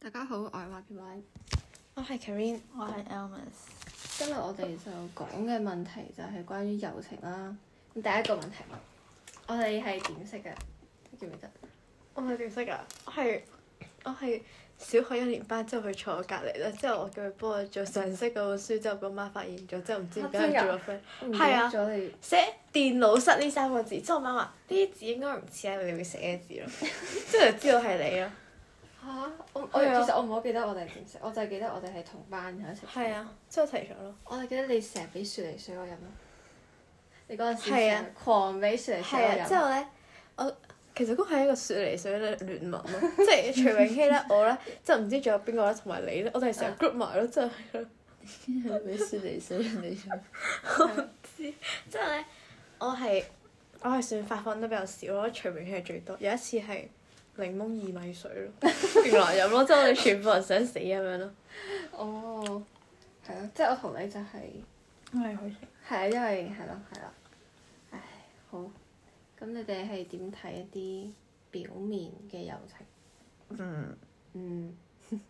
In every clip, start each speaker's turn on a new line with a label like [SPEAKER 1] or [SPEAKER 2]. [SPEAKER 1] 大家好，我係畫片位。
[SPEAKER 2] 我係 Karen，我係 Elmas。
[SPEAKER 1] 今日我哋就講嘅問題就係關於友情啦。咁第一個問題，我哋係點識嘅？記唔記得？
[SPEAKER 2] 我係點識啊㗎？我係我係小學一年班之後佢坐我隔離啦，之後我叫佢幫我做常識嗰本書，之後個媽發現咗，之後唔知點解佢做咗 friend。
[SPEAKER 1] 唔記得
[SPEAKER 2] 係啊
[SPEAKER 1] 咗你
[SPEAKER 2] 寫電腦室呢三個字，之後我媽話呢啲字應該唔似係你會寫嘅字咯， 之後就知道係你咯。
[SPEAKER 1] 嚇！我我
[SPEAKER 2] 係啊
[SPEAKER 1] 其實我唔好記得我哋係點識，我就係記得我哋係同班喺一齊。
[SPEAKER 2] 係。啊，之後提咗咯。
[SPEAKER 1] 我就記得你成日俾雪梨水我飲咯。你嗰陣時
[SPEAKER 2] 係啊
[SPEAKER 1] 成日狂俾雪梨水我
[SPEAKER 2] 係啊，之
[SPEAKER 1] 飲。
[SPEAKER 2] 後咧，我其實都係一個雪梨水嘅聯盟咯，即係徐永熙咧，我咧，即係唔知仲有邊個咧，同埋你咧，我哋係成日 group 埋咯，之後係咯
[SPEAKER 3] 俾雪梨水人 哋飲，
[SPEAKER 1] 啊
[SPEAKER 2] 之後咧，我係我係算發放得比較少咯，隨便係最多。有一次係檸檬薏米水 咯，勁難飲咯，即係我哋全部人想死咁樣咯。
[SPEAKER 1] 哦，係咯，即係我同你就係、
[SPEAKER 2] 係好似
[SPEAKER 1] 係啊，因為係咯，係啦。唉，好。咁你哋係點睇一啲表面嘅友情？
[SPEAKER 2] 嗯，
[SPEAKER 1] 嗯。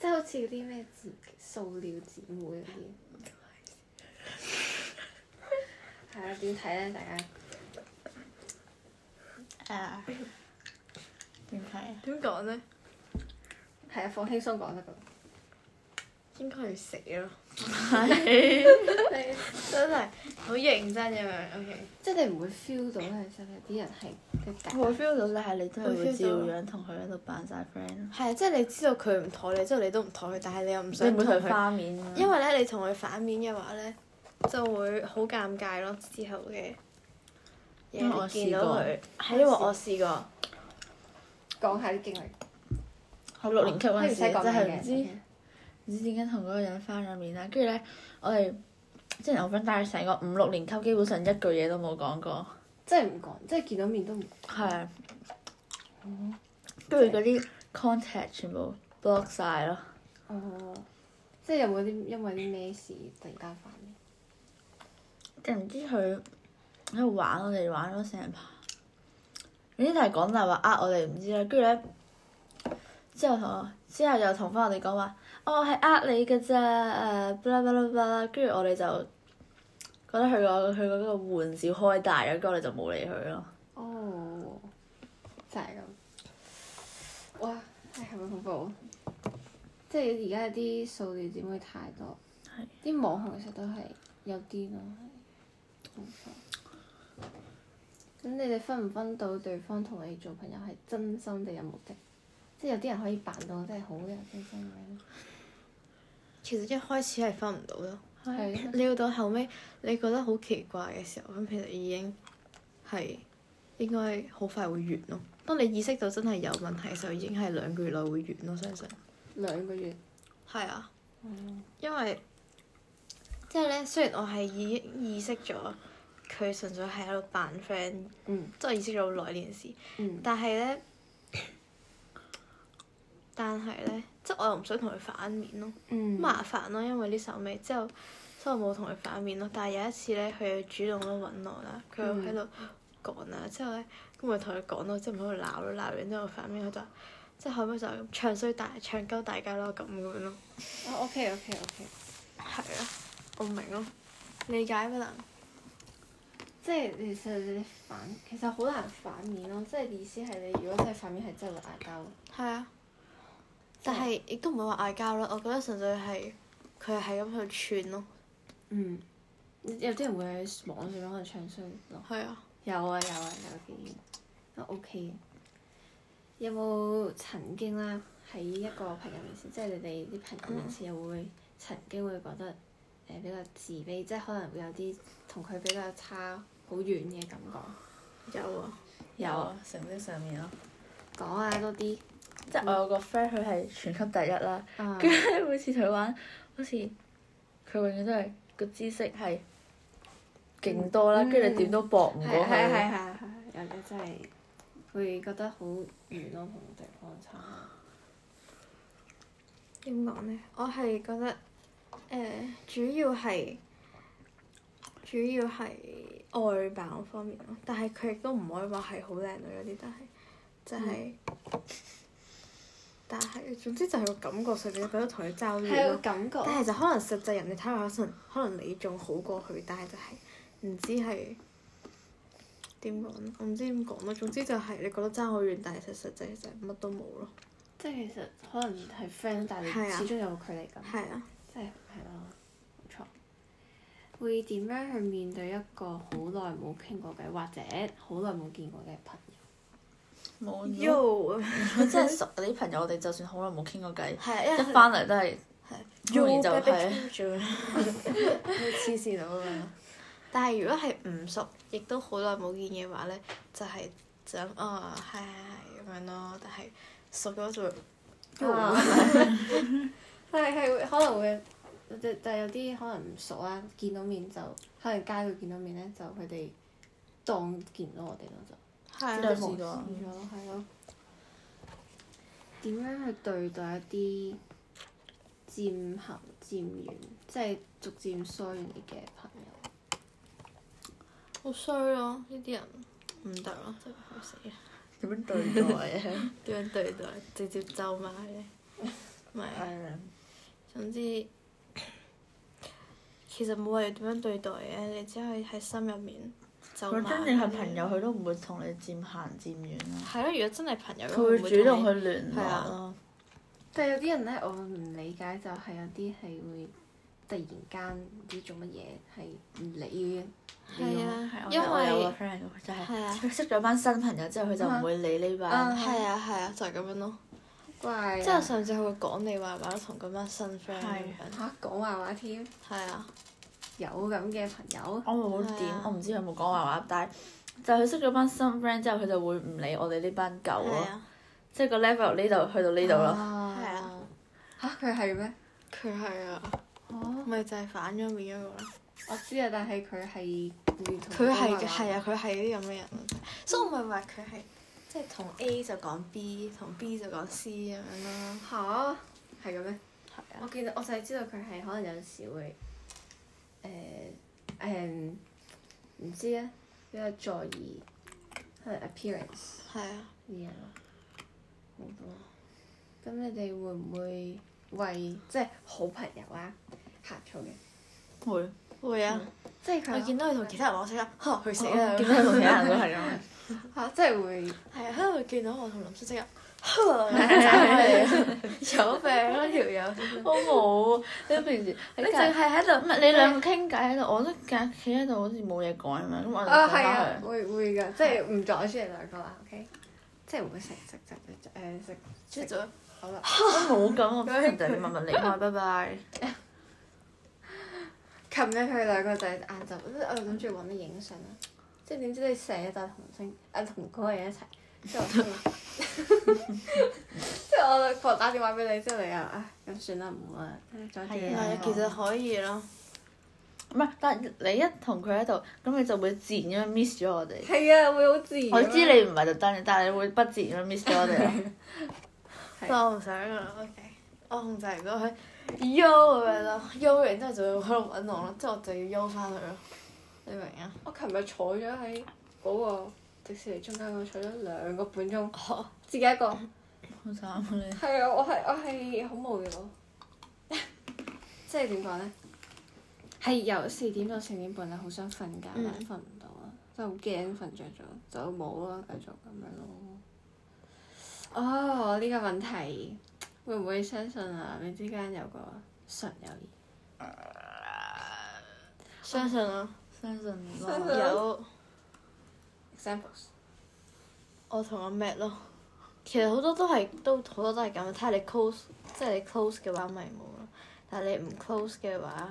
[SPEAKER 1] 即係好似嗰啲咩姊塑料姊妹嗰啲。係啊，點睇咧？大家
[SPEAKER 3] 誒啊點睇啊？
[SPEAKER 2] 點講咧？
[SPEAKER 1] 係啊，放輕鬆講得㗎。
[SPEAKER 2] 應該係死咯，
[SPEAKER 1] 你
[SPEAKER 2] 真係好認真咁樣。OK，
[SPEAKER 1] 即係你唔會 feel 到咧，其實有啲人係佢假
[SPEAKER 3] 我 feel 到，但係你都係
[SPEAKER 2] 我
[SPEAKER 3] 會
[SPEAKER 2] feel
[SPEAKER 3] 照
[SPEAKER 2] 到
[SPEAKER 3] 樣同佢喺度扮晒 friend 咯。
[SPEAKER 2] 係啊，即係你知道佢唔妥你，之後你都唔妥佢，但係你又唔
[SPEAKER 3] 你
[SPEAKER 2] 想
[SPEAKER 3] 唔會
[SPEAKER 2] 同
[SPEAKER 3] 同佢
[SPEAKER 2] 佢，
[SPEAKER 3] 花面啊
[SPEAKER 2] 因為咧你同佢反面嘅話咧，就會好尷尬咯。之後嘅嘢
[SPEAKER 3] 因為我
[SPEAKER 2] 你見
[SPEAKER 3] 試
[SPEAKER 2] 到
[SPEAKER 3] 過
[SPEAKER 2] 佢，係因為我試過。
[SPEAKER 1] 講下啲經歷。
[SPEAKER 3] 哦我六年級嗰
[SPEAKER 1] 不
[SPEAKER 3] 陣時，
[SPEAKER 1] 如唔使講
[SPEAKER 3] 真係
[SPEAKER 1] 名
[SPEAKER 3] 唔
[SPEAKER 1] 嘅
[SPEAKER 3] 知唔知點解同嗰個人翻咗面啦。跟住咧，我哋即係我 friend 帶成個五六年級，基本上一句嘢都冇講過。
[SPEAKER 1] 即係唔講，即係見到面都唔
[SPEAKER 3] 係啊。嗯跟住嗰啲 contact 全部 block 晒咯。
[SPEAKER 1] 哦，即係有冇啲因為啲咩事突然間反面？
[SPEAKER 3] 即係唔知佢喺度玩我哋玩咗成排，總之就係講大話呃我哋唔知啦。跟住咧，之後同我之後又同翻我哋講話，哦係呃你呃嘅啫，誒巴拉巴拉巴拉。跟住我哋就覺得佢個佢個嗰個玩笑開大咗，跟住我哋就冇理佢咯。
[SPEAKER 1] 哦，就係咁。哇，唉係咪恐怖？啊即係而家啲數字點會太多？啲網紅其實都係有啲咯，係冇錯。咁你哋分唔分到對方同你做朋友係真心定有目的？即係有啲人可以扮到真係好有真心嘅，
[SPEAKER 2] 其實一開始係分唔到咯，
[SPEAKER 1] 係
[SPEAKER 2] 你要到後尾你覺得好奇怪嘅時候，咁其實已經係應該好快會完咯。當你意識到真係有問題嘅時候，已經係兩個月內會完咯，相信。
[SPEAKER 1] 兩個月。
[SPEAKER 2] 係啊，因為即係咧，雖然我係已經意識咗佢純粹係喺度扮 friend，
[SPEAKER 1] 嗯
[SPEAKER 2] 即係我意識咗好耐呢件事，
[SPEAKER 1] 嗯
[SPEAKER 2] 但係咧，但係咧，即係我又唔想同佢反面咯。
[SPEAKER 1] 嗯
[SPEAKER 2] 麻煩咯，因為呢首尾之後，所以我冇同佢反面咯。但係有一次咧，佢主動都揾我啦，佢又喺度講啦，之後咧，咁我同佢講咯，之後咪喺度鬧咯，鬧完之後反面佢就話，即係後尾就係咁唱衰大唱鳩大家咯，咁樣咯，
[SPEAKER 1] 哦，OK OK OK，
[SPEAKER 2] 係啊，我唔明咯，理解不能。
[SPEAKER 1] 即係其實你反，其實好難反面咯。即係意思係你如果真係反面係真係會嗌交。
[SPEAKER 2] 係啊，但係亦都唔會話嗌交咯，我覺得純粹係佢係咁去串咯，
[SPEAKER 1] 嗯，有啲人會喺網上面可能唱衰咯。
[SPEAKER 2] 係啊，
[SPEAKER 1] 有啊有啊有啲都 OK 嘅。有冇曾經啦喺一個朋友面前，即係你哋啲朋友面前，又會曾經會覺得誒、呃比較自卑，即係可能會有啲同佢比較差好遠嘅感覺。
[SPEAKER 2] 有啊，
[SPEAKER 1] 有啊，
[SPEAKER 3] 成績上面咯，
[SPEAKER 1] 講啊多啲。
[SPEAKER 3] 即係我有個 friend 佢係全級第一啦。
[SPEAKER 1] 啊
[SPEAKER 3] 跟住咧，每次同佢玩，好似佢永遠都係個知識係勁多啦，
[SPEAKER 1] 嗯
[SPEAKER 3] 跟住你點都搏唔過
[SPEAKER 2] 啊
[SPEAKER 1] 係係係
[SPEAKER 3] 佢。
[SPEAKER 1] 係係，有啲真係會覺得好遠咯，同對方差。
[SPEAKER 2] 點講呢？我係覺得誒、呃主要係主要係外貌方面咯，但係佢亦都唔可以話係好靚女嗰啲，但係就係、但係總之就係個感覺上面，你覺得同佢爭好
[SPEAKER 1] 係啊
[SPEAKER 2] 遠
[SPEAKER 1] 個
[SPEAKER 2] 咯。
[SPEAKER 1] 感覺。
[SPEAKER 2] 但係就可能實際人哋睇落可能可能你仲好過佢，但係就係唔知係點講咧，我唔知點講咯。總之就係你覺得爭好遠，但係其實實際就係乜都冇咯。
[SPEAKER 1] 即係其實可能係 friend，但係
[SPEAKER 2] 係
[SPEAKER 1] 你
[SPEAKER 2] 啊
[SPEAKER 1] 始終有個距離感。
[SPEAKER 2] 係啊，
[SPEAKER 1] 即係係咯，冇錯。會點樣去面對一個好耐冇傾過偈，或者好耐冇見過嘅朋友？
[SPEAKER 3] 冇咗。
[SPEAKER 2] Yo，
[SPEAKER 3] 佢真係熟嗰啲朋友，我哋就算好耐冇傾過 偈，
[SPEAKER 2] 係啊，
[SPEAKER 3] 一翻嚟都係通常就係
[SPEAKER 2] 係黐線佬
[SPEAKER 1] 啊
[SPEAKER 2] 咁樣。但係如果係唔熟，亦都好耐冇見嘅話咧，就係就咁啊，係係係咁樣咯。但係熟咗就 會
[SPEAKER 1] 啊但係係會可能會，但但係有啲可能唔熟啊，見到面就可能街度見到面咧，就佢哋當見唔到我哋咯，就
[SPEAKER 2] 係
[SPEAKER 3] 都有
[SPEAKER 2] 啊
[SPEAKER 3] 試過啊。
[SPEAKER 1] 變咗係咯。點樣去對待一啲漸行漸遠，即係逐漸疏遠你嘅朋友？
[SPEAKER 2] 好衰咯！呢啲人唔得咯，真係好死啦！
[SPEAKER 3] 點樣對待 啊？
[SPEAKER 2] 點樣 對待？直接咒罵咧，咪啊
[SPEAKER 3] 係啊
[SPEAKER 2] 總之，其實冇話要點樣對待嘅，你只可以喺心入面咒罵
[SPEAKER 3] 佢
[SPEAKER 2] 佢。
[SPEAKER 3] 真正係朋友，佢都唔會同你漸行漸遠啦。
[SPEAKER 2] 係咯，如果真係朋友，
[SPEAKER 3] 佢會主動
[SPEAKER 2] 去。
[SPEAKER 3] 去聯絡
[SPEAKER 2] 係啊
[SPEAKER 3] 咯。
[SPEAKER 1] 但係有啲人咧，我唔理解就係有啲係會突然間唔知做乜嘢，係唔理嘅。
[SPEAKER 2] 係啊，
[SPEAKER 3] 因
[SPEAKER 2] 因
[SPEAKER 3] 為我有個
[SPEAKER 2] 為
[SPEAKER 3] friend 就係
[SPEAKER 2] 係啊
[SPEAKER 3] 佢識咗班新朋友之後，佢就唔會理呢班。
[SPEAKER 2] 係啊係啊，就係咁樣咯。
[SPEAKER 1] 怪
[SPEAKER 2] 即係甚至佢會講你壞話同嗰班新 friend 咁
[SPEAKER 3] 係
[SPEAKER 2] 樣。
[SPEAKER 1] 嚇講壞話添，
[SPEAKER 2] 係啊，
[SPEAKER 1] 有咁嘅朋友。
[SPEAKER 3] 我冇
[SPEAKER 2] 係
[SPEAKER 3] 點
[SPEAKER 2] 啊，
[SPEAKER 3] 我唔知佢有冇講壞話，但係 就係佢識咗班新 friend 之後，佢就會唔理我哋呢班舊
[SPEAKER 2] 係
[SPEAKER 3] 咯，
[SPEAKER 2] 啊，
[SPEAKER 3] 即係個 level 呢度去到呢度咯。
[SPEAKER 1] 啊
[SPEAKER 2] 係啊。
[SPEAKER 1] 嚇佢係咩？
[SPEAKER 2] 佢係啊，
[SPEAKER 1] 哦，
[SPEAKER 2] 咪就係反咗面嗰個咯。
[SPEAKER 1] 我知啊，但係佢係會同
[SPEAKER 2] 佢
[SPEAKER 1] 講壞
[SPEAKER 2] 係
[SPEAKER 1] 話
[SPEAKER 2] 係啊，佢係啲咁嘅人，所以我咪話佢係即係同 A 就講 B，同 B 就講 C 咁樣咯。
[SPEAKER 1] 嚇係咁咩？
[SPEAKER 2] 係
[SPEAKER 1] 我
[SPEAKER 2] 啊，
[SPEAKER 1] 見到我就係知道佢係可能有時會誒誒唔知啊，比較在意可能 appearance。
[SPEAKER 2] 係啊，
[SPEAKER 1] 嘢咯，好多。咁你哋會唔會為即係好朋友啊呷醋嘅？
[SPEAKER 3] 會，
[SPEAKER 2] 會啊！哦
[SPEAKER 1] 即係佢
[SPEAKER 2] 我見到佢同其他人玩我識啦，嚇 佢死啦！
[SPEAKER 3] 見到 佢同其他人都係咁。
[SPEAKER 1] 嚇，即係會
[SPEAKER 2] 係啊，佢見到我同林叔識啦，啊嚇 有病啦條 友！
[SPEAKER 3] 我冇，啊你平時
[SPEAKER 2] 你
[SPEAKER 3] 你
[SPEAKER 2] 淨
[SPEAKER 3] 係喺度，唔係你兩個傾偈喺度，我都隔企喺度，好似冇嘢講咁樣，咁我就
[SPEAKER 1] 啊，
[SPEAKER 3] 上
[SPEAKER 1] 係啊
[SPEAKER 3] 翻，去。
[SPEAKER 1] 會會㗎，即係唔阻住你兩個啦，OK？即係唔會食食食食誒食
[SPEAKER 2] 出咗
[SPEAKER 1] 好啦。
[SPEAKER 3] 我冇咁，我通常就要默默離 開，拜拜。
[SPEAKER 1] 琴日佢兩個就係晏晝，我諗住揾你影相啦，即係點知你成日就係同星啊同嗰個人一齊，之後我心諗 即係我就狂打電話俾你，之後你又唉咁算啦，唔好啦，阻住你
[SPEAKER 3] 係啊
[SPEAKER 2] 係
[SPEAKER 1] 兩
[SPEAKER 2] 啊，其
[SPEAKER 1] 個
[SPEAKER 2] 實可以咯。
[SPEAKER 3] 唔係，但係你一同佢喺度，咁你就會自然咁樣 miss 咗我哋。
[SPEAKER 1] 係啊，會好自然。
[SPEAKER 3] 我知你唔係特登嘅，但係你會不自然咁 miss 咗我哋啊咯。
[SPEAKER 1] 係
[SPEAKER 2] 但我唔想啊，OK，我控制唔到佢悠咁樣咯，悠完之後就會喺度揾我咯，之後我就要悠翻佢咯，你明啊？
[SPEAKER 1] 我琴日坐咗喺嗰個迪士尼中間嗰度坐咗兩個半鐘，自己一個。
[SPEAKER 3] 好慘啊你！
[SPEAKER 1] 係啊，我係我係好無聊， 即係點講咧？係由四點到四點半啊啦，好想瞓覺，但係瞓唔到啊，真係好驚瞓着咗，就冇啦，繼續咁樣咯。哦，呢、個問題會唔會相信啊？你之間有個純友誼，
[SPEAKER 2] 相信啊，
[SPEAKER 3] 啊相信
[SPEAKER 2] Ờ,
[SPEAKER 1] 相信
[SPEAKER 3] 我，
[SPEAKER 2] 有
[SPEAKER 1] examples
[SPEAKER 2] 我同阿 Matt 咯，其實好多都係都好多都係咁，睇下你 close，即係你 close 嘅話咪冇咯，但係你唔 close 嘅話，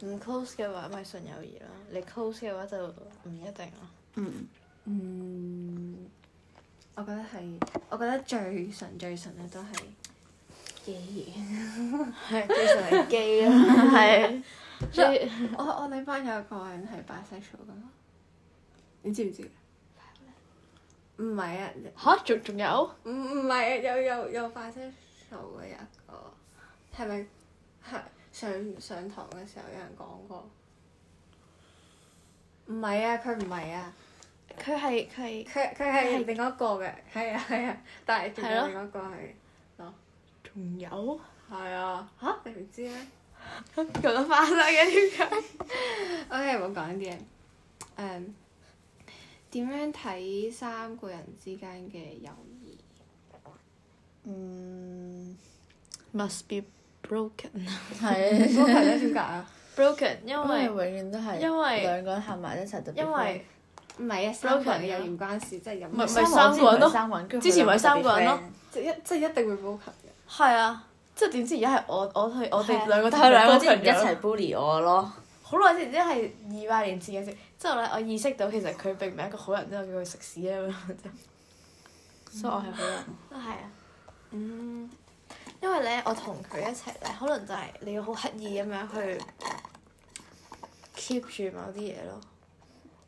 [SPEAKER 2] 唔 close 嘅話咪純友誼咯，你 close 嘅話就唔一定咯。
[SPEAKER 3] 嗯，
[SPEAKER 1] 嗯，我覺得係，我覺得最純最純嘅都係嘅。
[SPEAKER 2] 係最純係基咯，係最
[SPEAKER 1] 我我哋班有一個人係 bisexual 噶嘛，你知唔知？唔係啊，
[SPEAKER 2] 嚇仲仲有
[SPEAKER 1] 唔唔係啊，有有有 bisexual 嘅有一個，係咪係上上堂嘅時候有人講過？唔係啊，佢唔係啊，
[SPEAKER 2] 佢係佢係
[SPEAKER 1] 佢佢係另一個嘅，係啊係啊，但係仲有
[SPEAKER 2] 係咯
[SPEAKER 1] 另一個係咯，
[SPEAKER 2] 仲有
[SPEAKER 1] 係啊，
[SPEAKER 3] 嚇
[SPEAKER 1] 你唔知咩？
[SPEAKER 2] 咁得翻啦嘅點解？
[SPEAKER 1] OK，我講啲嘢。誒，點樣睇三個人之間嘅友誼？
[SPEAKER 2] 嗯，must be broken。
[SPEAKER 3] 係，
[SPEAKER 1] 嗰個係咧點解啊？
[SPEAKER 2] broken，因
[SPEAKER 3] 因為
[SPEAKER 2] 為
[SPEAKER 3] 永遠都係
[SPEAKER 2] 因為
[SPEAKER 3] 兩個人行埋一齊特別
[SPEAKER 2] 因為
[SPEAKER 1] 唔係啊，三個人嘅友誼唔關事，即係有
[SPEAKER 2] 唔係唔係
[SPEAKER 3] friend
[SPEAKER 2] 三個人咯
[SPEAKER 3] 三個人，跟住
[SPEAKER 2] 之前咪
[SPEAKER 3] 佢兩
[SPEAKER 2] 三個人咯
[SPEAKER 3] 特
[SPEAKER 1] 即
[SPEAKER 3] 別 friend
[SPEAKER 1] 一即係一定會 b r 嘅。
[SPEAKER 2] 係啊，即係點知而家係我我係我
[SPEAKER 3] 係啊
[SPEAKER 2] 哋兩個都
[SPEAKER 3] 但係兩個之
[SPEAKER 2] 人
[SPEAKER 3] 前一齊 bully 我咯，
[SPEAKER 2] 好耐之前，即係二百年前嘅事。之後咧，我意識到其實佢並唔係一個好人，之後叫佢食屎啊啦咁樣就，所以我係好人。係啊，
[SPEAKER 1] 嗯，
[SPEAKER 2] 因為咧，我同佢一齊咧，可能就係你要好刻意咁樣去 keep 住某啲嘢咯，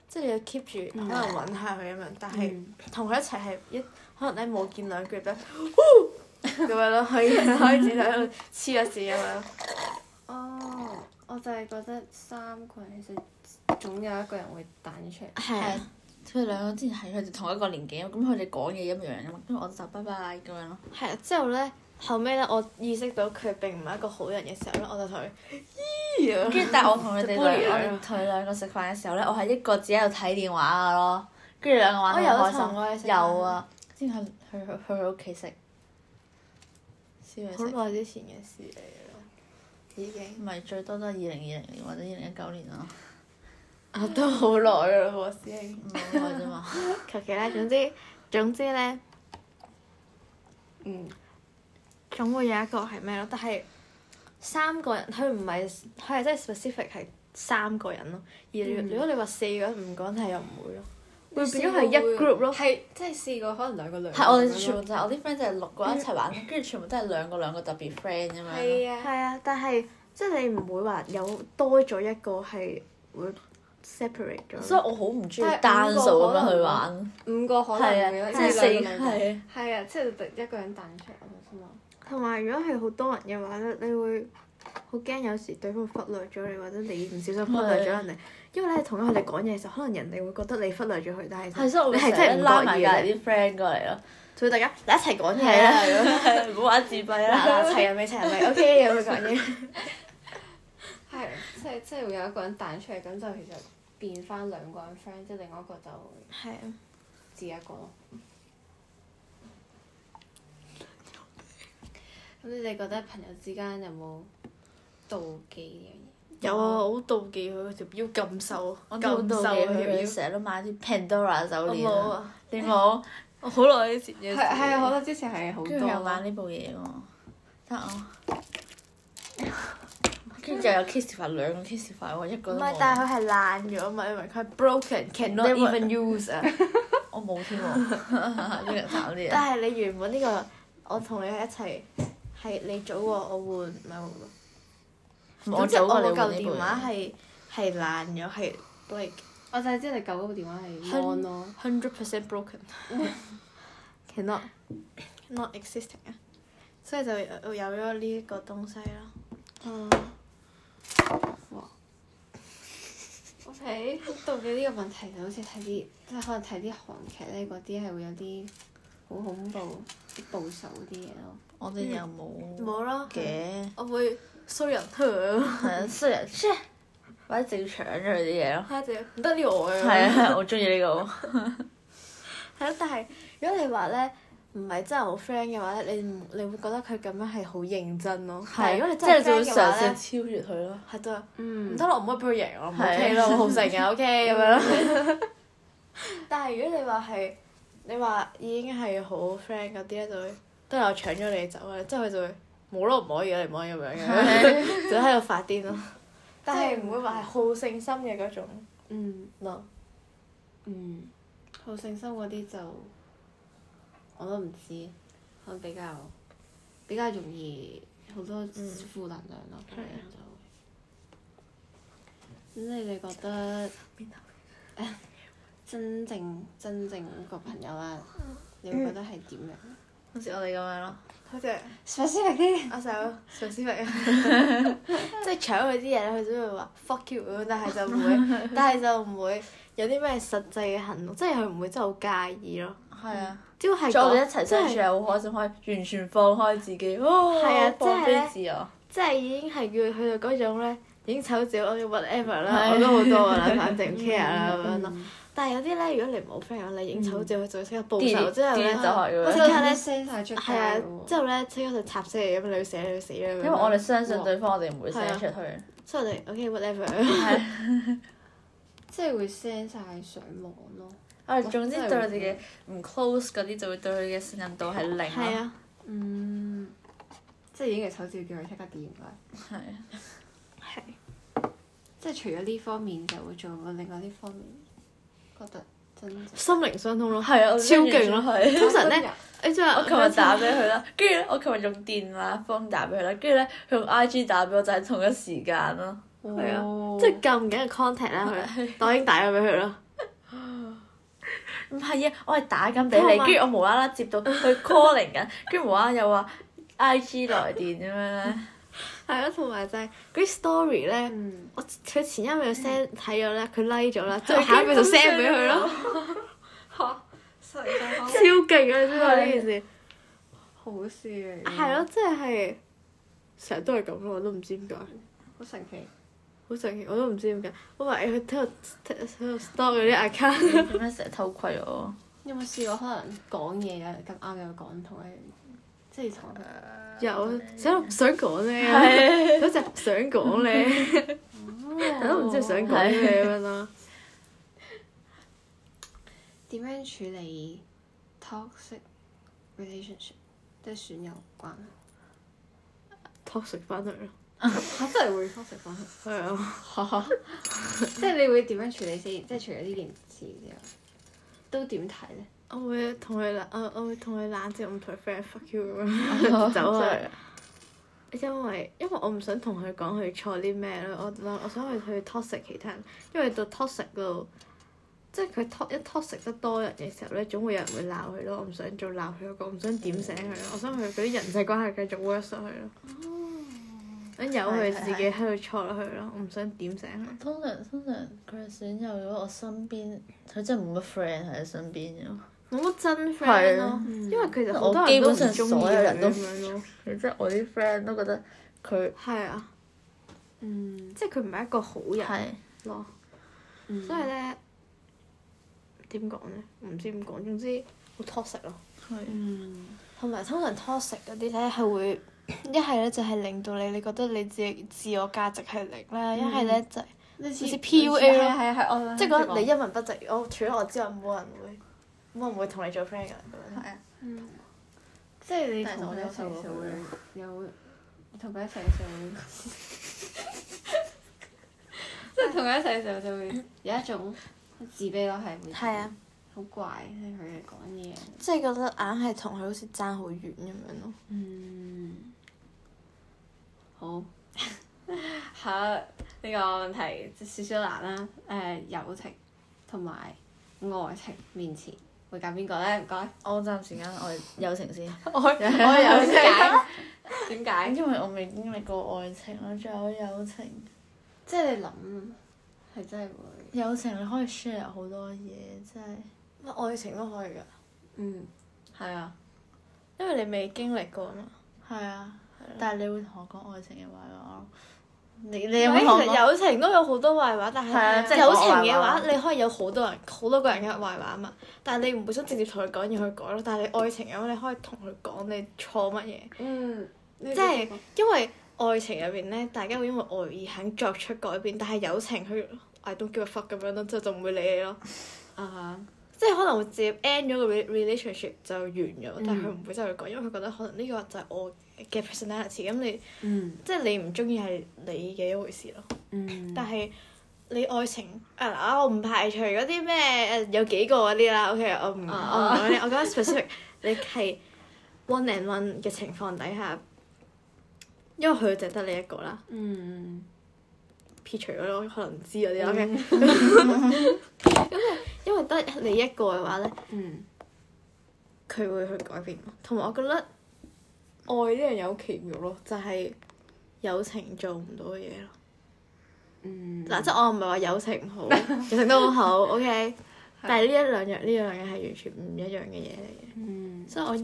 [SPEAKER 2] 即係你要 keep 住可能揾下佢咁樣，但係
[SPEAKER 1] 嗯
[SPEAKER 2] 同佢一齊係一可能咧冇見兩句咧，呼咁樣咯，可以開始喺度黐咗線咁樣。
[SPEAKER 1] 哦，我就係覺得三個人其實總有一個人會彈出嚟。
[SPEAKER 2] 係
[SPEAKER 3] 啊佢哋兩個之前係佢哋同一個年紀，咁佢哋講嘢一樣噶嘛，跟住我就拜拜咁 樣咯。
[SPEAKER 2] 係啊，之後咧，後尾咧，我意識到佢並唔係一個好人嘅時候咧，我就同佢咦咁樣
[SPEAKER 3] 跟住但係我同佢哋兩，
[SPEAKER 2] 就
[SPEAKER 3] 我
[SPEAKER 2] bully 佢
[SPEAKER 3] 哋同佢兩個食飯嘅時候咧，我係一個自己喺度睇電話噶咯，跟住兩個玩得
[SPEAKER 2] 我
[SPEAKER 3] 好
[SPEAKER 2] 哦有同我哋
[SPEAKER 3] 開
[SPEAKER 2] 食
[SPEAKER 3] 心。
[SPEAKER 2] 飯
[SPEAKER 3] 有啊，之前去去去去佢屋企食，燒嘢
[SPEAKER 2] 好
[SPEAKER 3] 食，
[SPEAKER 2] 耐之前嘅事嚟嘅咯，已經
[SPEAKER 3] 唔係最多都係二零二零年或者二零一九年咯，
[SPEAKER 2] 啊都好啊耐啦喎，師兄。
[SPEAKER 3] 唔係好耐啫嘛。
[SPEAKER 2] 求其啦，總之總之咧，
[SPEAKER 1] 嗯，
[SPEAKER 2] 總會有一個係咩咯？但係三個人，佢唔係佢係真係 specific 係三個人咯。而
[SPEAKER 1] 嗯
[SPEAKER 2] 如果你話四個人、五個人係又唔會咯，
[SPEAKER 1] 會
[SPEAKER 2] 變咗係一 group 咯
[SPEAKER 1] 係即係試過可能兩個兩個
[SPEAKER 3] 係我哋
[SPEAKER 1] 咁樣
[SPEAKER 3] 全部
[SPEAKER 1] 咯
[SPEAKER 3] 就係我啲 friend 就係六個人一齊玩，跟住全部都係兩個兩個特別 friend 咁樣。
[SPEAKER 1] 係啊，
[SPEAKER 2] 係啊，但係即係你唔會話有多咗一個係會 separate 咗咯。
[SPEAKER 3] 所以我好唔中意
[SPEAKER 1] 但係
[SPEAKER 3] 單數
[SPEAKER 1] 五個
[SPEAKER 3] 咁
[SPEAKER 1] 可
[SPEAKER 3] 樣
[SPEAKER 1] 能
[SPEAKER 3] 去玩，
[SPEAKER 1] 五個可能會
[SPEAKER 3] 係
[SPEAKER 1] 咯
[SPEAKER 3] 啊，
[SPEAKER 1] 即
[SPEAKER 3] 即係
[SPEAKER 1] 係
[SPEAKER 3] 四
[SPEAKER 1] 兩個兩個。
[SPEAKER 3] 係啊，
[SPEAKER 1] 係啊，即係突一個人彈出嚟我先咯。
[SPEAKER 2] 同埋如果係好多人嘅話咧，你會好驚有時對方忽略咗你，或者你唔小心忽略咗人哋。因為咧，同佢哋講嘢嘅時候，可能人哋會覺得你忽略咗佢，但係
[SPEAKER 3] 係所以我
[SPEAKER 2] 你
[SPEAKER 3] 會
[SPEAKER 2] 係
[SPEAKER 3] 成
[SPEAKER 2] 真
[SPEAKER 3] 日
[SPEAKER 2] 係
[SPEAKER 3] 拉
[SPEAKER 2] 唔
[SPEAKER 3] 埋
[SPEAKER 2] 覺
[SPEAKER 3] 隔
[SPEAKER 2] 意
[SPEAKER 3] 離
[SPEAKER 2] 嘅。
[SPEAKER 3] 啲 friend 過嚟咯。
[SPEAKER 2] 所以大家你一齊講嘢
[SPEAKER 3] 係啊
[SPEAKER 2] 啦，
[SPEAKER 3] 係啊，唔好玩自閉啊
[SPEAKER 2] 嗱
[SPEAKER 3] 啦。
[SPEAKER 2] 嗱齊人咪齊人咪 OK 咁樣講嘢。
[SPEAKER 1] 係，即係即係會有一個人彈出嚟，咁就其實變翻兩個人 friend，即係另外一個就會
[SPEAKER 2] 係啊，
[SPEAKER 1] 自己一個咯。咁你哋覺得朋友之間有冇妒忌
[SPEAKER 2] 有啊，我好妒忌佢條腰咁瘦，
[SPEAKER 3] 我
[SPEAKER 2] 咁
[SPEAKER 3] 都
[SPEAKER 2] 瘦
[SPEAKER 3] 好妒忌
[SPEAKER 2] 啊條
[SPEAKER 3] 佢
[SPEAKER 2] 腰。
[SPEAKER 3] 哋成日都買啲 Pandora 手
[SPEAKER 2] 我
[SPEAKER 3] 鏈
[SPEAKER 2] 冇
[SPEAKER 3] 啊，
[SPEAKER 2] 啊，
[SPEAKER 3] 你冇？
[SPEAKER 2] 我好耐以前
[SPEAKER 1] 呢
[SPEAKER 2] 嘅
[SPEAKER 1] 樣嘢？
[SPEAKER 2] 事。
[SPEAKER 1] 係係啊，好多之前係好
[SPEAKER 3] 跟住又玩
[SPEAKER 1] 多。
[SPEAKER 3] 呢部嘢喎，得我。跟住就有 Kissify 兩個 Kissify 喎，一個
[SPEAKER 2] 唔
[SPEAKER 3] 都
[SPEAKER 2] 係，但係
[SPEAKER 3] 冇。啊
[SPEAKER 2] 佢係爛咗啊嘛，因為佢係 broken，cannot
[SPEAKER 3] 你會
[SPEAKER 2] even use 啊。
[SPEAKER 3] 我冇添喎， 呢個慘啲啊。
[SPEAKER 2] 但係你原本呢、個，我同你一齊係你早過我換，唔係換喎
[SPEAKER 3] 我
[SPEAKER 2] 總之
[SPEAKER 3] 走過你
[SPEAKER 2] 我
[SPEAKER 3] 換
[SPEAKER 2] 舊
[SPEAKER 3] 呢部
[SPEAKER 2] 電話
[SPEAKER 3] 嘢。
[SPEAKER 2] 係係爛咗，係 like
[SPEAKER 1] 我就係知你舊嗰部電話係 mon 咯。
[SPEAKER 2] hundred percent broken，cannot not existing 啊，所以就有有咗呢一個東西咯。
[SPEAKER 1] 嗯。哇。OK，妒忌呢個問題就好似睇啲，即係可能睇啲韓劇咧，嗰啲係會有啲好恐怖、啲暴手啲嘢咯。
[SPEAKER 3] 我哋又嗯冇
[SPEAKER 2] 冇咯，
[SPEAKER 3] 嘅，
[SPEAKER 2] 我會衰人， 睇
[SPEAKER 3] 係啊，雖然即係或者直搶咗佢啲嘢咯。
[SPEAKER 2] 下就唔得了我
[SPEAKER 3] 係啊，係啊我中意呢個。
[SPEAKER 2] 係咯，啊但係如果你話咧唔係真係好 friend 嘅話咧，你唔你會覺得佢咁樣係好認真咯。但係如果你
[SPEAKER 3] 即
[SPEAKER 2] 真係
[SPEAKER 3] 係你就會
[SPEAKER 2] friend 嘅話
[SPEAKER 3] 嘗試超
[SPEAKER 2] 咧，
[SPEAKER 3] 越佢咯。
[SPEAKER 2] 係都係
[SPEAKER 1] 嗯
[SPEAKER 2] 唔得啦，我唔可以俾佢贏我，唔
[SPEAKER 3] 係
[SPEAKER 2] OK 咯，我好勝 嘅 OK 咁樣咯。但係如果你話係你話已經係好 friend 嗰啲咧，就會都係我搶咗你走啊，之後佢就會冇咯，唔可以啊，你唔可以咁樣 嘅，就喺度發癲咯。但係唔會話係好勝心嘅嗰種
[SPEAKER 1] 嗯
[SPEAKER 2] 咯。
[SPEAKER 1] 嗯，好勝心嗰啲就我都唔知，可能比較比較容易好多負能量咯，個
[SPEAKER 2] 嗯係
[SPEAKER 1] 人
[SPEAKER 2] 啊
[SPEAKER 1] 就會。咁你哋覺得 真正真正個朋友啊，
[SPEAKER 2] 嗯
[SPEAKER 1] 你會覺得係點樣
[SPEAKER 3] 好似我哋咁樣咯。
[SPEAKER 2] 好似。
[SPEAKER 1] ？specific 啲。
[SPEAKER 2] 阿手上司明，啊 即係搶佢啲嘢咧，佢只會話 fuck you 咁樣，但係就唔 會，但係就唔會有啲咩實際嘅行動，即係佢唔會真係好介意咯。
[SPEAKER 3] 係啊，
[SPEAKER 2] 主要係
[SPEAKER 3] 再我哋
[SPEAKER 2] 講
[SPEAKER 3] 一齊相處係好開心，可以完全放開自己，哦，
[SPEAKER 2] 係啊
[SPEAKER 3] 放
[SPEAKER 2] 即係
[SPEAKER 3] 飛
[SPEAKER 2] 呢
[SPEAKER 3] 自由。
[SPEAKER 2] 即係已經係叫去到嗰種咧，已經醜照我 whatever 啦，
[SPEAKER 3] 係
[SPEAKER 2] 我都好多噶 啦，反正唔 care 啦咁樣咯。
[SPEAKER 1] 嗯
[SPEAKER 2] 嗯但係有啲咧，如果你唔好 friend 你影醜照，佢就會即刻報
[SPEAKER 3] delete-
[SPEAKER 2] 仇之後咧
[SPEAKER 3] delete 咗佢咁樣
[SPEAKER 2] 我即
[SPEAKER 1] 即
[SPEAKER 2] 刻
[SPEAKER 1] 刻咧
[SPEAKER 2] 咧
[SPEAKER 1] send 晒出街
[SPEAKER 2] 係啊，
[SPEAKER 1] 喎
[SPEAKER 2] 之後咧即刻就插死你咁，你要死你要死啦。因
[SPEAKER 3] 因為我哋相信對方，我哋唔會
[SPEAKER 2] 係啊
[SPEAKER 3] send 出去。
[SPEAKER 2] 所以我哋 OK whatever。
[SPEAKER 3] 係。
[SPEAKER 1] 即係會 send 晒上網咯。
[SPEAKER 3] 我哋總之
[SPEAKER 1] 真係
[SPEAKER 3] 對
[SPEAKER 1] 會
[SPEAKER 3] 佢哋嘅唔 close 嗰啲，就會對佢嘅信任度係零
[SPEAKER 2] 係
[SPEAKER 3] 啦。
[SPEAKER 2] 啊，
[SPEAKER 1] 嗯，即係已經係手指叫佢即刻掂佢。
[SPEAKER 3] 係啊，
[SPEAKER 2] 係
[SPEAKER 1] 即係除咗呢方面，就會做另外呢方面，覺得真正
[SPEAKER 2] 心靈相通咯。
[SPEAKER 3] 係啊，我真係
[SPEAKER 2] 超勁咯
[SPEAKER 3] 完全係
[SPEAKER 2] 通常咧，你即係
[SPEAKER 3] 我琴日打俾佢啦，跟住咧我琴日用電話方打俾佢啦，跟住咧佢用 I G 打俾我，就係同一時間咯。
[SPEAKER 1] 係啊
[SPEAKER 2] 即係撳緊嘅 contact 啦，佢，但我已經打咗俾佢咯。
[SPEAKER 3] 唔係啊，我係打緊俾你，
[SPEAKER 2] 哦
[SPEAKER 3] 跟住我無啦啦接到佢 calling 緊，跟住無啦啦又話 I G 來電咁樣咧。
[SPEAKER 2] 係啊，同埋就係嗰啲 story 咧，
[SPEAKER 1] 嗯，
[SPEAKER 2] 我佢前一秒 send 睇咗咧，佢 like 咗啦，之後下一秒就 send 俾佢咯，
[SPEAKER 1] 嚇，世界
[SPEAKER 2] 超勁啊！你知道呢件事
[SPEAKER 1] 好啊事嚟，
[SPEAKER 2] 係咯，，即係成日都係咁咯，我都唔知點解，
[SPEAKER 1] 好神奇。
[SPEAKER 2] 好神奇，我都唔知點解。我話誒佢喺度喺度 stop 嗰啲 account，
[SPEAKER 3] 點解成日偷窺我？
[SPEAKER 1] 有冇試過可能講嘢啊？咁啱有講同一樣，即係同佢
[SPEAKER 2] 有想想講咧，
[SPEAKER 3] 係
[SPEAKER 2] 嗰隻想講咧， 但都唔知想講咩咁樣啦。
[SPEAKER 1] 點樣處理 toxic relationship，即係損友關係。
[SPEAKER 2] 托食翻嚟咯，
[SPEAKER 1] 嚇！真係會 toxic 關係。
[SPEAKER 2] 係啊，
[SPEAKER 1] 即係你會點樣處理先？即係除咗呢件事之後，都點睇咧？
[SPEAKER 2] 我會同佢冷，我我會同佢冷戰，我唔同佢 friend fuck you 咁
[SPEAKER 3] 哦
[SPEAKER 2] 樣 走啊。因為因為我唔想同佢講佢錯啲咩咯，我我我想佢去 toxic 其他人，因為到 toxic 度，即係佢 to 一 toxic 得多人嘅時候咧，總會有人會鬧佢咯。我唔想做鬧佢嗰個，我唔想點醒佢
[SPEAKER 3] 嗯
[SPEAKER 2] 咯，我想佢嗰啲人際關係繼續 work 上去咯。想由佢自己喺度錯落去咯，我唔想點醒佢。
[SPEAKER 3] 通常通常佢係選擇如果我身邊，佢真係冇乜 friend 喺身邊嘅。
[SPEAKER 2] 冇乜真
[SPEAKER 3] 係
[SPEAKER 2] friend
[SPEAKER 3] 啊
[SPEAKER 2] 咯，因為其實好
[SPEAKER 3] 我
[SPEAKER 2] 多
[SPEAKER 3] 基
[SPEAKER 2] 人都
[SPEAKER 3] 本
[SPEAKER 2] 唔
[SPEAKER 3] 上
[SPEAKER 2] 中意
[SPEAKER 3] 所有人
[SPEAKER 2] 佢
[SPEAKER 3] 都
[SPEAKER 2] 咁樣咯。
[SPEAKER 3] 即係我啲 friend 都覺得佢
[SPEAKER 2] 係啊，
[SPEAKER 1] 嗯
[SPEAKER 2] 即係佢唔係一個好人
[SPEAKER 3] 係
[SPEAKER 2] 咯。
[SPEAKER 1] 嗯
[SPEAKER 2] 所以咧點講咧？唔知點講，總之好 toxic 咯。
[SPEAKER 3] 係
[SPEAKER 1] 嗯
[SPEAKER 2] 同埋通常 toxic 嗰啲咧係會 一係咧就係令到你你覺得你自己自我價值係零啦，一係咧就係
[SPEAKER 1] 類
[SPEAKER 2] 似 PUA 咯
[SPEAKER 1] 係啊係啊係啊，我
[SPEAKER 2] 即係覺得你一文不值。我除咗我之外冇人會冇人會同你做 friend 㗎咁樣。
[SPEAKER 3] 係啊，
[SPEAKER 1] 嗯即係你
[SPEAKER 3] 但係
[SPEAKER 1] 同
[SPEAKER 3] 我
[SPEAKER 1] 佢一
[SPEAKER 3] 都
[SPEAKER 1] 齊
[SPEAKER 3] 有受過
[SPEAKER 1] 就
[SPEAKER 3] 佢
[SPEAKER 1] 會有你同佢一齊就會，即係同佢一齊就就 會有一種自卑咯，係會
[SPEAKER 2] 係啊，
[SPEAKER 1] 好怪，即係佢哋講嘢。
[SPEAKER 2] 即係覺得硬係同佢好似爭好遠咁樣咯。
[SPEAKER 1] 嗯，好，下呢個問題即係少少難啦。誒、友情同埋愛情面前會揀邊個咧？唔該，
[SPEAKER 3] 我暫時間我友情先，
[SPEAKER 1] 我我 友情點解？
[SPEAKER 3] 因為我未經歷過愛情啦，仲有友情。
[SPEAKER 1] 即係你諗係真係會，
[SPEAKER 3] 友情你可以 share 好多嘢，真係。
[SPEAKER 2] 乜愛情都可以㗎，
[SPEAKER 1] 嗯，
[SPEAKER 3] 係啊，
[SPEAKER 2] 因為你未經歷過啊嘛。
[SPEAKER 3] 係啊，但係你會同我講愛情嘅話，我你你
[SPEAKER 2] 哎其
[SPEAKER 3] 有冇同我
[SPEAKER 2] 實
[SPEAKER 3] 講？
[SPEAKER 2] 友情都有好多壞話，但
[SPEAKER 3] 係啊即
[SPEAKER 2] 係
[SPEAKER 3] 係講
[SPEAKER 2] 友
[SPEAKER 3] 壞
[SPEAKER 2] 情
[SPEAKER 3] 話
[SPEAKER 2] 嘅話，你可以有好多人、好多個人嘅壞話啊嘛。但係你唔會想直接同佢講要去改咯。但係你愛情嘅話，你可以同佢講你錯乜嘢，
[SPEAKER 1] 嗯，即
[SPEAKER 2] 即係因為愛情入邊咧，大家會因為愛而肯作出改變。但係友情佢 I don't give a fuck 咁樣咯，之後就唔會理你咯。
[SPEAKER 1] 啊
[SPEAKER 2] 即係可能會直接 end 咗個 re- relationship 就完咗，
[SPEAKER 3] 嗯
[SPEAKER 2] 但係佢唔會真係去改，因為佢覺得可能呢個就係我嘅 personality。咁你
[SPEAKER 1] 嗯
[SPEAKER 2] 即係你唔中意係你嘅一回事咯。
[SPEAKER 1] 嗯，
[SPEAKER 2] 但係你愛情啊嗱，我唔排除嗰啲咩誒有幾個嗰啲啦，OK，我唔
[SPEAKER 1] 啊
[SPEAKER 2] 我唔講呢，我講 specific，你 係 one and one 嘅情況底下，因為佢就係得你一個啦，
[SPEAKER 1] 嗯
[SPEAKER 2] 撇除咗可能知嗰啲啦，OK，
[SPEAKER 1] 嗯
[SPEAKER 2] 因為得你一個嘅話咧，
[SPEAKER 1] 嗯
[SPEAKER 2] 佢會去改變咯，同埋我覺得愛呢樣嘢好奇妙咯，就係、友情做唔到嘅嘢咯。
[SPEAKER 1] 嗯，
[SPEAKER 2] 嗱，即係我唔係話友情唔好，友情都好好，OK。但係呢一兩樣呢兩樣係完全唔一樣嘅嘢嚟嘅，
[SPEAKER 1] 嗯，
[SPEAKER 2] 所以我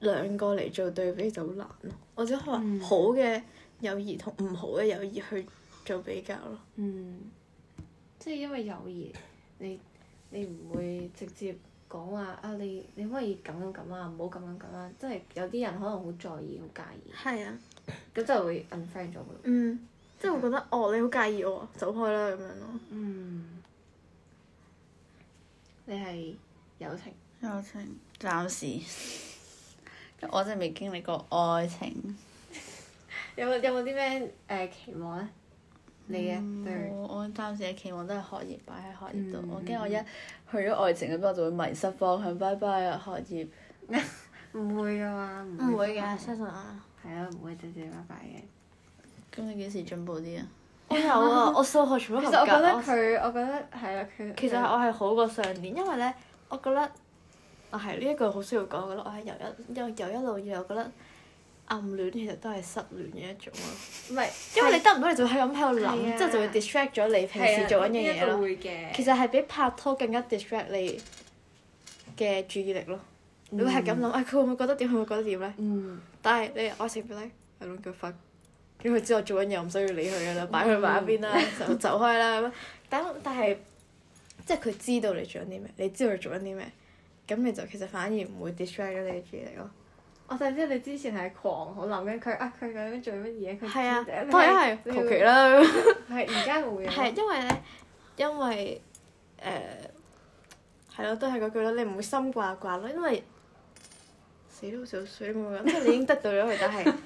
[SPEAKER 2] 要兩個嚟做對比就好難咯。我只可以話
[SPEAKER 1] 嗯
[SPEAKER 2] 好嘅友誼同唔好嘅友誼去做比較咯。
[SPEAKER 1] 嗯，即係因為友誼，你你唔會直接講話啊，你你可唔可以咁樣咁啊，唔好咁樣咁啊，即係有啲人可能好在意，好介意，
[SPEAKER 2] 係啊，
[SPEAKER 1] 咁就會 unfriend 咗佢。
[SPEAKER 2] 嗯，即係會覺得哦，你好介意我，走開啦咁樣咯。
[SPEAKER 1] 嗯，你係友情，
[SPEAKER 3] 友情暫時，我真係未經歷過愛情。
[SPEAKER 1] 有冇有冇啲咩誒期望咧？你
[SPEAKER 2] 嗯
[SPEAKER 1] 嘅對
[SPEAKER 3] 我嗯我暫時嘅期望都係學業擺喺學業度，
[SPEAKER 1] 嗯
[SPEAKER 3] 我驚我一去咗愛情嗰邊，我就會迷失方向，拜拜啊學業。
[SPEAKER 1] 唔會噶嘛，
[SPEAKER 2] 信我。
[SPEAKER 1] 係啊，唔會直接拜拜嘅。
[SPEAKER 3] 咁你幾時進步啲啊？
[SPEAKER 2] 我有啊，我數學全部
[SPEAKER 1] 其
[SPEAKER 2] 合
[SPEAKER 1] 實我
[SPEAKER 2] 格。
[SPEAKER 1] 覺得
[SPEAKER 2] 我
[SPEAKER 1] 佢，我覺得係啊，佢
[SPEAKER 2] 其實我係好過上年，因為咧，我覺得我係呢一句好需要講，我覺得我係由一因為由一路以來，我覺得暗戀其實都係失戀嘅一種咯。
[SPEAKER 1] 唔係，
[SPEAKER 2] 因為你得唔到，你就會喺咁喺度
[SPEAKER 1] 係啊
[SPEAKER 2] 諗，之後就會 distract 咗你平時做緊嘅嘢咯。
[SPEAKER 1] 會嘅
[SPEAKER 2] 其實係比拍拖更加 distract 你嘅注意力咯。你會係咁諗，哎，佢會唔會覺得點？佢會唔會覺得點咧？
[SPEAKER 1] 嗯，
[SPEAKER 2] 但係你愛情片咧，係咯，佢發，因為佢知我做緊嘢，我唔需要理佢噶啦，擺佢埋一邊啦，就 走開啦咁樣。但但係，即係佢知道你做緊啲咩，你知道佢做緊啲咩，咁你就其實反而唔會 distract 咗你嘅注意力咯。
[SPEAKER 1] 我就知你之前係狂好諗緊佢啊，佢究竟做乜嘢？佢
[SPEAKER 2] 係啊，
[SPEAKER 1] 你
[SPEAKER 2] 當然係求其。啦。
[SPEAKER 1] 你係而家會啊
[SPEAKER 2] 係因為咧，因為誒係咯，都係嗰句啦，你唔會心掛掛咯，因為死都好少水冇咁，即係你已經得到咗佢，但 係。啊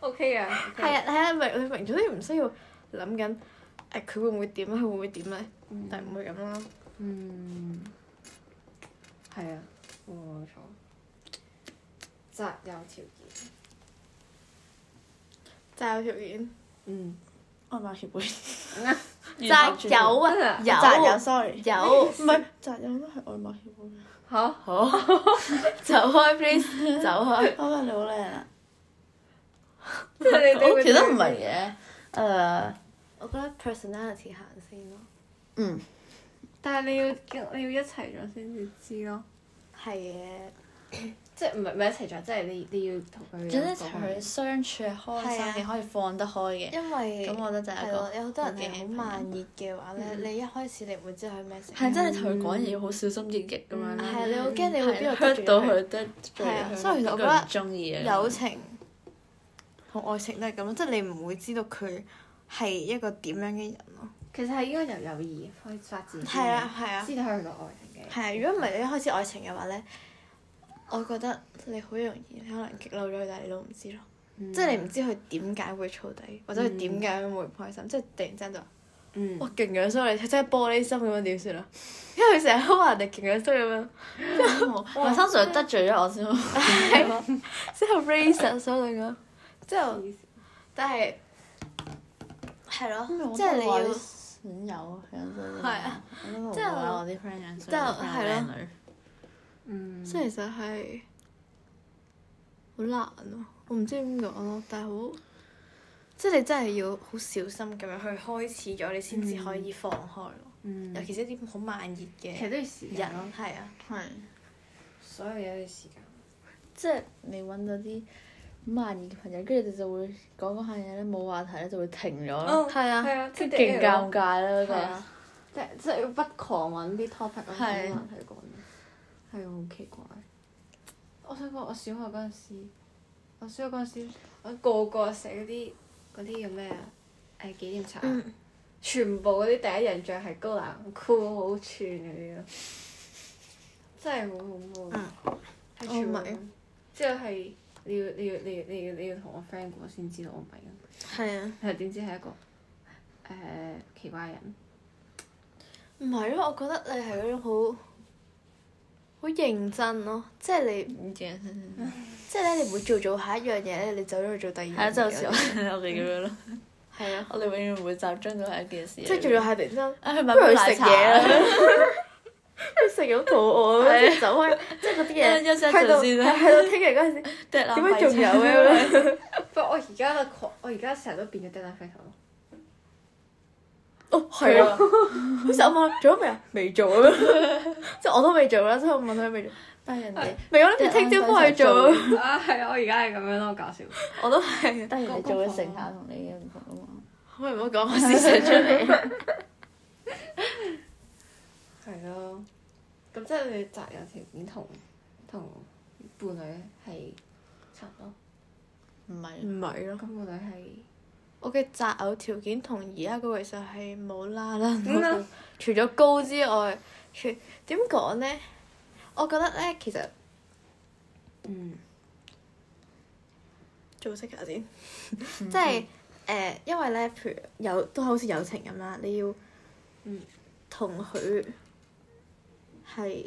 [SPEAKER 1] OK 啊，
[SPEAKER 2] 係啊係啊，明你明咗你唔需要諗緊誒佢會唔會點啊，佢會唔會點咧？
[SPEAKER 1] 嗯
[SPEAKER 2] 但係唔會咁啦。
[SPEAKER 1] 嗯，係啊，冇錯。擇友條件，
[SPEAKER 2] 擇友條件，
[SPEAKER 1] 嗯，
[SPEAKER 3] 外貌 協會。
[SPEAKER 2] 擇友啊，
[SPEAKER 1] 真
[SPEAKER 2] 有
[SPEAKER 3] 擇友，sorry。
[SPEAKER 2] 有
[SPEAKER 3] 唔係擇友都係外貌協會。
[SPEAKER 1] 嚇，
[SPEAKER 3] 好，
[SPEAKER 2] 走開 please，走開。
[SPEAKER 3] 我覺得你哦好靚啊！
[SPEAKER 1] 即係你哋
[SPEAKER 3] 我
[SPEAKER 1] 啊
[SPEAKER 3] 其實唔係嘅，誒，
[SPEAKER 2] 我覺得 personality 行先咯。
[SPEAKER 3] 嗯，
[SPEAKER 1] 但係你要你要一齊咗先至知咯。
[SPEAKER 2] 係嘅，
[SPEAKER 1] 即係唔係唔係一齊咗，即係你你要同佢有
[SPEAKER 3] 總之
[SPEAKER 1] 個
[SPEAKER 3] 同佢相處係啊開
[SPEAKER 2] 係
[SPEAKER 3] 心
[SPEAKER 2] 啊
[SPEAKER 3] 嘅，可以放得開嘅。
[SPEAKER 2] 因為
[SPEAKER 3] 咁我覺得就係一個
[SPEAKER 2] 咯有好多人係
[SPEAKER 3] 好嘅
[SPEAKER 2] 好
[SPEAKER 3] 朋友
[SPEAKER 2] 慢熱嘅嗯話咧，你一開始你唔會知道佢咩性格。
[SPEAKER 3] 係真係同佢講嘢要好小心翼翼咁樣
[SPEAKER 2] 係
[SPEAKER 3] 啦，
[SPEAKER 2] 你好驚你會邊度得罪
[SPEAKER 3] 係 hurt 到佢得罪
[SPEAKER 2] 係啊
[SPEAKER 3] 佢，
[SPEAKER 2] 所以其實我覺得
[SPEAKER 3] 佢唔中意啊嘅
[SPEAKER 2] 友情同愛情都係咁咯，即係你唔會知道佢係一個點樣嘅人咯。
[SPEAKER 1] 其實係應該由友誼開始發展，
[SPEAKER 2] 係啊，係啊。
[SPEAKER 1] 先至可以去到愛情嘅。
[SPEAKER 2] 係啊，如果唔係你一開始愛情嘅話咧，我覺得你好容易你可能激嬲咗佢，但係你都唔知咯。
[SPEAKER 1] 嗯
[SPEAKER 2] 即係你唔知佢點解會燥底，或者佢點解會唔開心，即係突然之間就話
[SPEAKER 1] 嗯
[SPEAKER 2] 哇勁樣衰你，真係玻璃心咁樣點算啊？因為佢成日都話人哋勁樣衰咁樣，
[SPEAKER 3] 我通常得罪咗我先會
[SPEAKER 2] 之後 racist 啊所以咁，之後
[SPEAKER 1] 黐線
[SPEAKER 2] 但係係咯，即
[SPEAKER 3] 即係
[SPEAKER 2] 係
[SPEAKER 3] 你
[SPEAKER 2] 你
[SPEAKER 3] 要
[SPEAKER 2] 要
[SPEAKER 3] 損友樣衰。
[SPEAKER 2] 係啊，
[SPEAKER 3] 即係我啲 friend 樣衰，
[SPEAKER 2] 即係
[SPEAKER 3] 我啲 friend
[SPEAKER 2] 係
[SPEAKER 3] 靚
[SPEAKER 2] 咯
[SPEAKER 3] 女。
[SPEAKER 1] 嗯，
[SPEAKER 2] 即係其實係好難咯、我唔知點講咯，但係好即係你真係要好小心咁樣去開始咗，你先至可以放開咯。
[SPEAKER 1] 嗯
[SPEAKER 2] 尤其是一啲好慢熱
[SPEAKER 1] 其實
[SPEAKER 2] 嘅
[SPEAKER 1] 都要時間咯
[SPEAKER 2] 人，，係啊，
[SPEAKER 3] 係，
[SPEAKER 1] 所有嘢都要時間。
[SPEAKER 3] 即係你揾到啲慢熱嘅朋友，跟住你就會講講下嘢咧，冇話題咧就會停咗啦，
[SPEAKER 2] 係啊
[SPEAKER 1] 係啊，即係
[SPEAKER 3] 勁尷尬啦嗰
[SPEAKER 1] 係啊
[SPEAKER 3] 個。
[SPEAKER 1] 即係即係要不狂揾啲 topic 咯，好
[SPEAKER 3] 係
[SPEAKER 1] 難去講嘅，係好奇怪。我想講，我小學嗰陣時，我小學嗰陣時，我個個寫嗰啲嗰啲叫咩啊？誒紀念冊啊，
[SPEAKER 2] 嗯
[SPEAKER 1] 全部嗰啲第一印象係高冷酷好串嗰啲咯，真係好恐怖。
[SPEAKER 2] 嗯
[SPEAKER 1] 係全部
[SPEAKER 2] 我明
[SPEAKER 1] 之後係你要你要你要你要你要同我 friend 講先知道我唔係咁。
[SPEAKER 2] 係啊，
[SPEAKER 1] 係點知係一個誒、奇怪人，
[SPEAKER 2] 唔係咯？我覺得你係嗰種好好認真咯，即係你
[SPEAKER 3] 唔知啊
[SPEAKER 2] 即係咧，你唔會做做下一樣嘢咧，你走咗去做第二樣嘢
[SPEAKER 3] 係啊，即係好似
[SPEAKER 2] 咯
[SPEAKER 3] 我我哋咁樣咯，
[SPEAKER 2] 係啊，
[SPEAKER 3] 我哋永遠唔會集中到係一件事。
[SPEAKER 2] 即係做做下突然之間
[SPEAKER 4] 哎
[SPEAKER 3] 啊，去買
[SPEAKER 2] 不如
[SPEAKER 3] 杯
[SPEAKER 2] 去
[SPEAKER 3] 奶
[SPEAKER 2] 食
[SPEAKER 3] 茶
[SPEAKER 2] 嘢啦，去食咗肚餓咁樣走開，啊即係嗰啲嘢
[SPEAKER 4] 啊
[SPEAKER 3] 休息一
[SPEAKER 2] 去 到
[SPEAKER 3] 陣先啦啊
[SPEAKER 2] 係去到聽日嗰陣時，
[SPEAKER 3] 點
[SPEAKER 2] 點解仲有嘅 咧？
[SPEAKER 1] 不過我而家就狂，我而家成日都變咗 deadline fighter 咯。
[SPEAKER 3] 哦係啊，好似我問做咗未啊？未做咁樣，即係我都未做啦，即係我問佢未做，
[SPEAKER 4] 但係人哋，
[SPEAKER 3] 未我諗住聽朝幫 佢做，
[SPEAKER 1] 啊，係啊，我而家係咁樣咯，搞笑。
[SPEAKER 3] 我都 係。
[SPEAKER 4] 但係人哋做嘅成效同你嘅唔同啊嘛。
[SPEAKER 2] 可唔可以唔好講我事實出嚟？
[SPEAKER 1] 係咯，咁即係你責任條件同同伴侶係差唔多，
[SPEAKER 3] 唔係，
[SPEAKER 2] 唔係咯，
[SPEAKER 1] 咁伴侶係
[SPEAKER 2] 我嘅擇偶條件同而家嗰個其實係冇啦啦冇
[SPEAKER 1] 嗯
[SPEAKER 2] 到
[SPEAKER 1] 啊，
[SPEAKER 2] 除咗高之外，除點講呢？我覺得呢，其實
[SPEAKER 1] 嗯
[SPEAKER 2] 組織下先，
[SPEAKER 1] 嗯
[SPEAKER 2] 即係誒、呃因為咧，譬如有都好似友情咁啦，你要
[SPEAKER 1] 嗯
[SPEAKER 2] 同佢係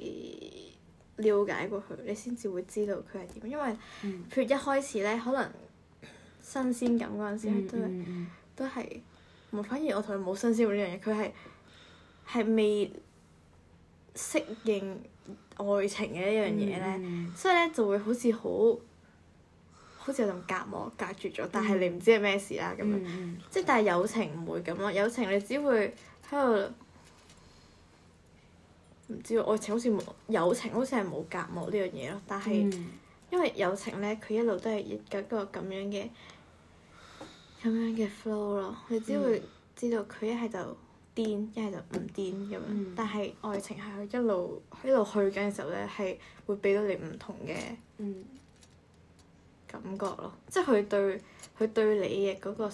[SPEAKER 2] 了解過佢，你先至會知道佢係點。因為
[SPEAKER 1] 嗯
[SPEAKER 2] 譬如一開始咧，可能新鮮感嗰陣時
[SPEAKER 1] 嗯
[SPEAKER 2] 都係、
[SPEAKER 1] 嗯嗯
[SPEAKER 2] 都係冇，反而我同佢冇新鮮感呢樣嘢，佢係係未適應愛情嘅一樣嘢咧。
[SPEAKER 1] 嗯
[SPEAKER 2] 所以咧就會好似好好似有陣隔膜隔住咗，但係你唔知係咩事啦咁樣。
[SPEAKER 1] 嗯
[SPEAKER 2] 即係但係友情唔會咁咯，友情你只會喺度唔知喎愛情好似冇友情好似係冇隔膜呢樣嘢咯，但係。
[SPEAKER 1] 嗯
[SPEAKER 2] 因為友情咧，佢一路都係一個一個咁樣嘅咁樣嘅 flow 咯，你只會知道佢一係就癲，一係就唔癲咁樣。
[SPEAKER 1] 嗯
[SPEAKER 2] 但係愛情係佢一路一路去緊嘅時候咧，係會俾到你唔同嘅
[SPEAKER 1] 嗯
[SPEAKER 2] 感覺咯，即係佢對佢對你嘅嗰、個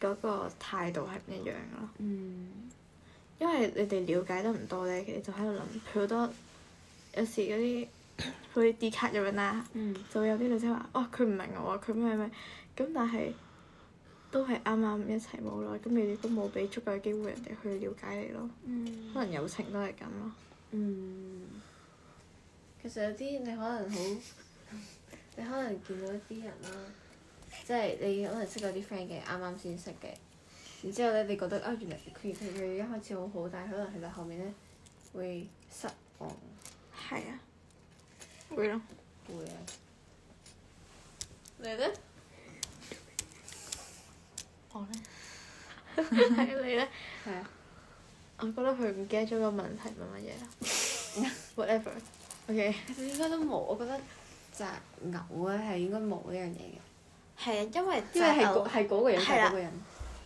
[SPEAKER 2] 嗰、個態度係唔一樣嘅咯。
[SPEAKER 1] 嗯
[SPEAKER 2] 因為你哋了解得唔多咧，你就喺度諗佢好多有時嗰啲好似 D 卡咁樣啦。
[SPEAKER 1] 嗯
[SPEAKER 2] 就會有啲女仔話：哦，佢唔明我啊，佢咩咩咁，但係都係啱啱一齊冇耐，咁你哋都冇俾足夠嘅機會人哋去了解你咯。
[SPEAKER 1] 嗯
[SPEAKER 2] 可能友情都係咁咯。
[SPEAKER 1] 嗯，其實有啲你可能好， 你可能見到一啲人啦，即係你可能識到啲 friend 嘅，啱啱先識嘅，然之後咧你覺得啊原來佢佢佢一開始好好，但係可能其實後面咧會失望
[SPEAKER 2] 係啊，會咯。
[SPEAKER 1] 會啊。你 咧？
[SPEAKER 2] 我
[SPEAKER 3] 嗯
[SPEAKER 2] 咧，係你咧，
[SPEAKER 1] 係啊，
[SPEAKER 2] 我覺得佢唔記得咗個問題問乜 嘢啦。Whatever。OK。
[SPEAKER 1] 其實應該都冇，我覺得擇偶咧係應該冇呢樣嘢嘅，
[SPEAKER 2] 係啊，因為
[SPEAKER 1] 因為係嗰係嗰個人就
[SPEAKER 2] 係
[SPEAKER 1] 係
[SPEAKER 2] 啦
[SPEAKER 1] 嗰個人，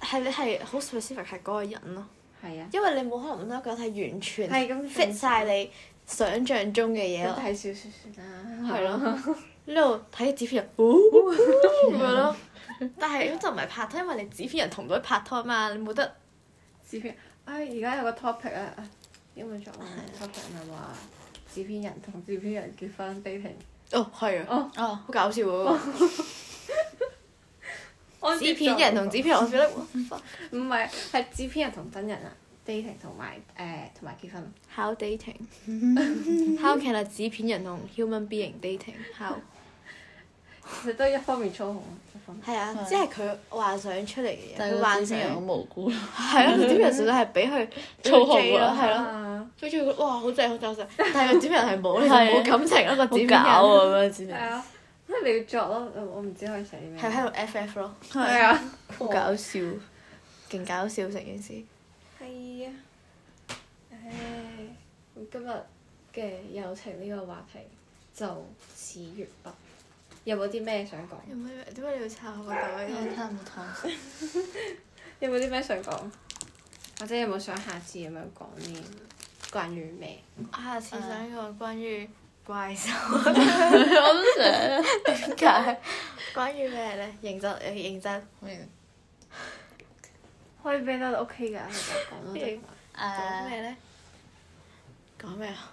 [SPEAKER 2] 係你係好 specific 係嗰個人咯，
[SPEAKER 1] 係啊，
[SPEAKER 2] 因為你冇可能揾到一個人係完全
[SPEAKER 1] 係咁
[SPEAKER 2] fit 晒你想像中嘅嘢
[SPEAKER 1] 咁
[SPEAKER 2] 咯。
[SPEAKER 1] 睇小説算啦，
[SPEAKER 2] 係咯，呢度睇紙片人，哦啊咁樣咯。但係咁就唔係拍拖，因為你紙片人同唔到佢拍拖啊嘛，你冇得
[SPEAKER 1] 紙片，唉，哎而家有個 topic 啊，啊英文作文啊 topic 咪話紙片人同紙片人結婚 dating，
[SPEAKER 2] 哦，係啊，
[SPEAKER 3] 哦。
[SPEAKER 2] 好搞笑嗰個紙
[SPEAKER 1] 紙
[SPEAKER 2] 片人同紙片人，我覺得哇
[SPEAKER 1] 唔係係紙片人同真人啊 dating 同埋誒同埋結婚，
[SPEAKER 2] how dating，how can a 紙片人同 human being dating how
[SPEAKER 1] 其實都一方面操控，一方面
[SPEAKER 2] 係啊，
[SPEAKER 3] 係
[SPEAKER 2] 即係佢幻想出嚟嘅嘢，
[SPEAKER 3] 但
[SPEAKER 2] 佢
[SPEAKER 3] 係
[SPEAKER 2] 幻
[SPEAKER 3] 幻
[SPEAKER 2] 想
[SPEAKER 3] 想人好無辜咯，
[SPEAKER 2] 係 啊，紙片人純粹係俾 佢
[SPEAKER 3] 操控啊
[SPEAKER 2] J 咯，係咯，
[SPEAKER 1] 啊，
[SPEAKER 2] 佢中意佢哇好正好正好正，但係個紙片人係啊冇，你就冇感情咯個
[SPEAKER 3] 好
[SPEAKER 2] 紙片
[SPEAKER 3] 搞啊
[SPEAKER 2] 人，
[SPEAKER 3] 咁樣子
[SPEAKER 1] 係啊，因為你要作咯，我我唔知可以寫啲咩，
[SPEAKER 2] 係喺度 FF 咯。
[SPEAKER 1] 係啊，
[SPEAKER 2] 好搞笑，勁搞笑成件事。
[SPEAKER 1] 係啊，唉，咁今日嘅友情呢個話題就此完畢，有冇啲咩想講？
[SPEAKER 2] 有咩？點解你要抄我個袋啊
[SPEAKER 4] 哎
[SPEAKER 3] 睇下有冇糖水。
[SPEAKER 1] 有冇啲咩想講？或者有冇想下次咁樣講啲關於咩？
[SPEAKER 2] 下次想講關於怪獸，
[SPEAKER 3] 我都想。
[SPEAKER 2] 點解？ 關於咩咧？認真，認真。
[SPEAKER 1] 可以俾得 OK 㗎，其實講 都得
[SPEAKER 2] 得
[SPEAKER 1] 㗎。
[SPEAKER 2] 講咩
[SPEAKER 3] 誒，
[SPEAKER 2] 咧？講咩啊？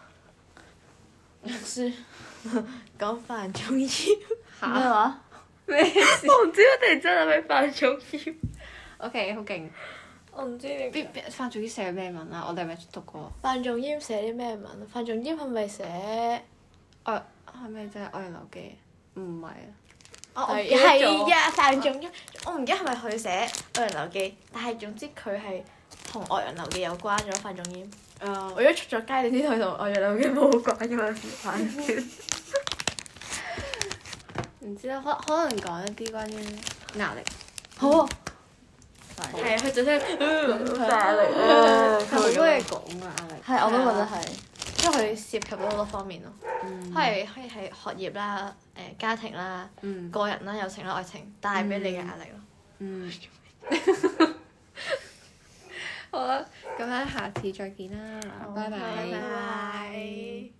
[SPEAKER 3] 讀書
[SPEAKER 2] 講范仲淹。
[SPEAKER 3] 咩
[SPEAKER 1] 嚇
[SPEAKER 3] 話？
[SPEAKER 1] 咩事
[SPEAKER 3] 我唔知我突然真係咩扮重要。
[SPEAKER 1] ？OK，好勁！
[SPEAKER 2] 我唔知你
[SPEAKER 1] 邊邊范仲淹寫咩文啊？我哋係咪讀過？
[SPEAKER 2] 范仲淹寫啲咩文？范仲淹係咪寫？
[SPEAKER 1] 愛係咪真啊係愛人留記？唔係啊，
[SPEAKER 2] 哦
[SPEAKER 3] 係
[SPEAKER 2] 係啊，范仲淹。我唔記得係咪佢寫《愛人留記》，但係總之佢係同《愛人留記》有關咗。范仲淹。啊我
[SPEAKER 1] 誒，
[SPEAKER 2] 如果出咗街，你知道佢同我哋兩嘅冇關咁樣反轉。
[SPEAKER 1] 啊唔知啦，可可能講一啲關於壓力。
[SPEAKER 2] 好啊，
[SPEAKER 3] 係。係
[SPEAKER 2] 係啊佢就真係啊
[SPEAKER 3] 係壓力咧，
[SPEAKER 1] 係好多嘢講啊，壓力。
[SPEAKER 3] 係我都覺得係。
[SPEAKER 2] 因為佢涉及到好多方面咯，
[SPEAKER 1] 嗯
[SPEAKER 2] 係可以係學業啦、誒、家庭啦、
[SPEAKER 1] 嗯
[SPEAKER 2] 個人啦、友情啦、愛情帶俾你嘅壓力咯。
[SPEAKER 1] 嗯。好啦，咁咧，下次再見啦，拜
[SPEAKER 2] 拜
[SPEAKER 1] 拜。
[SPEAKER 2] 拜。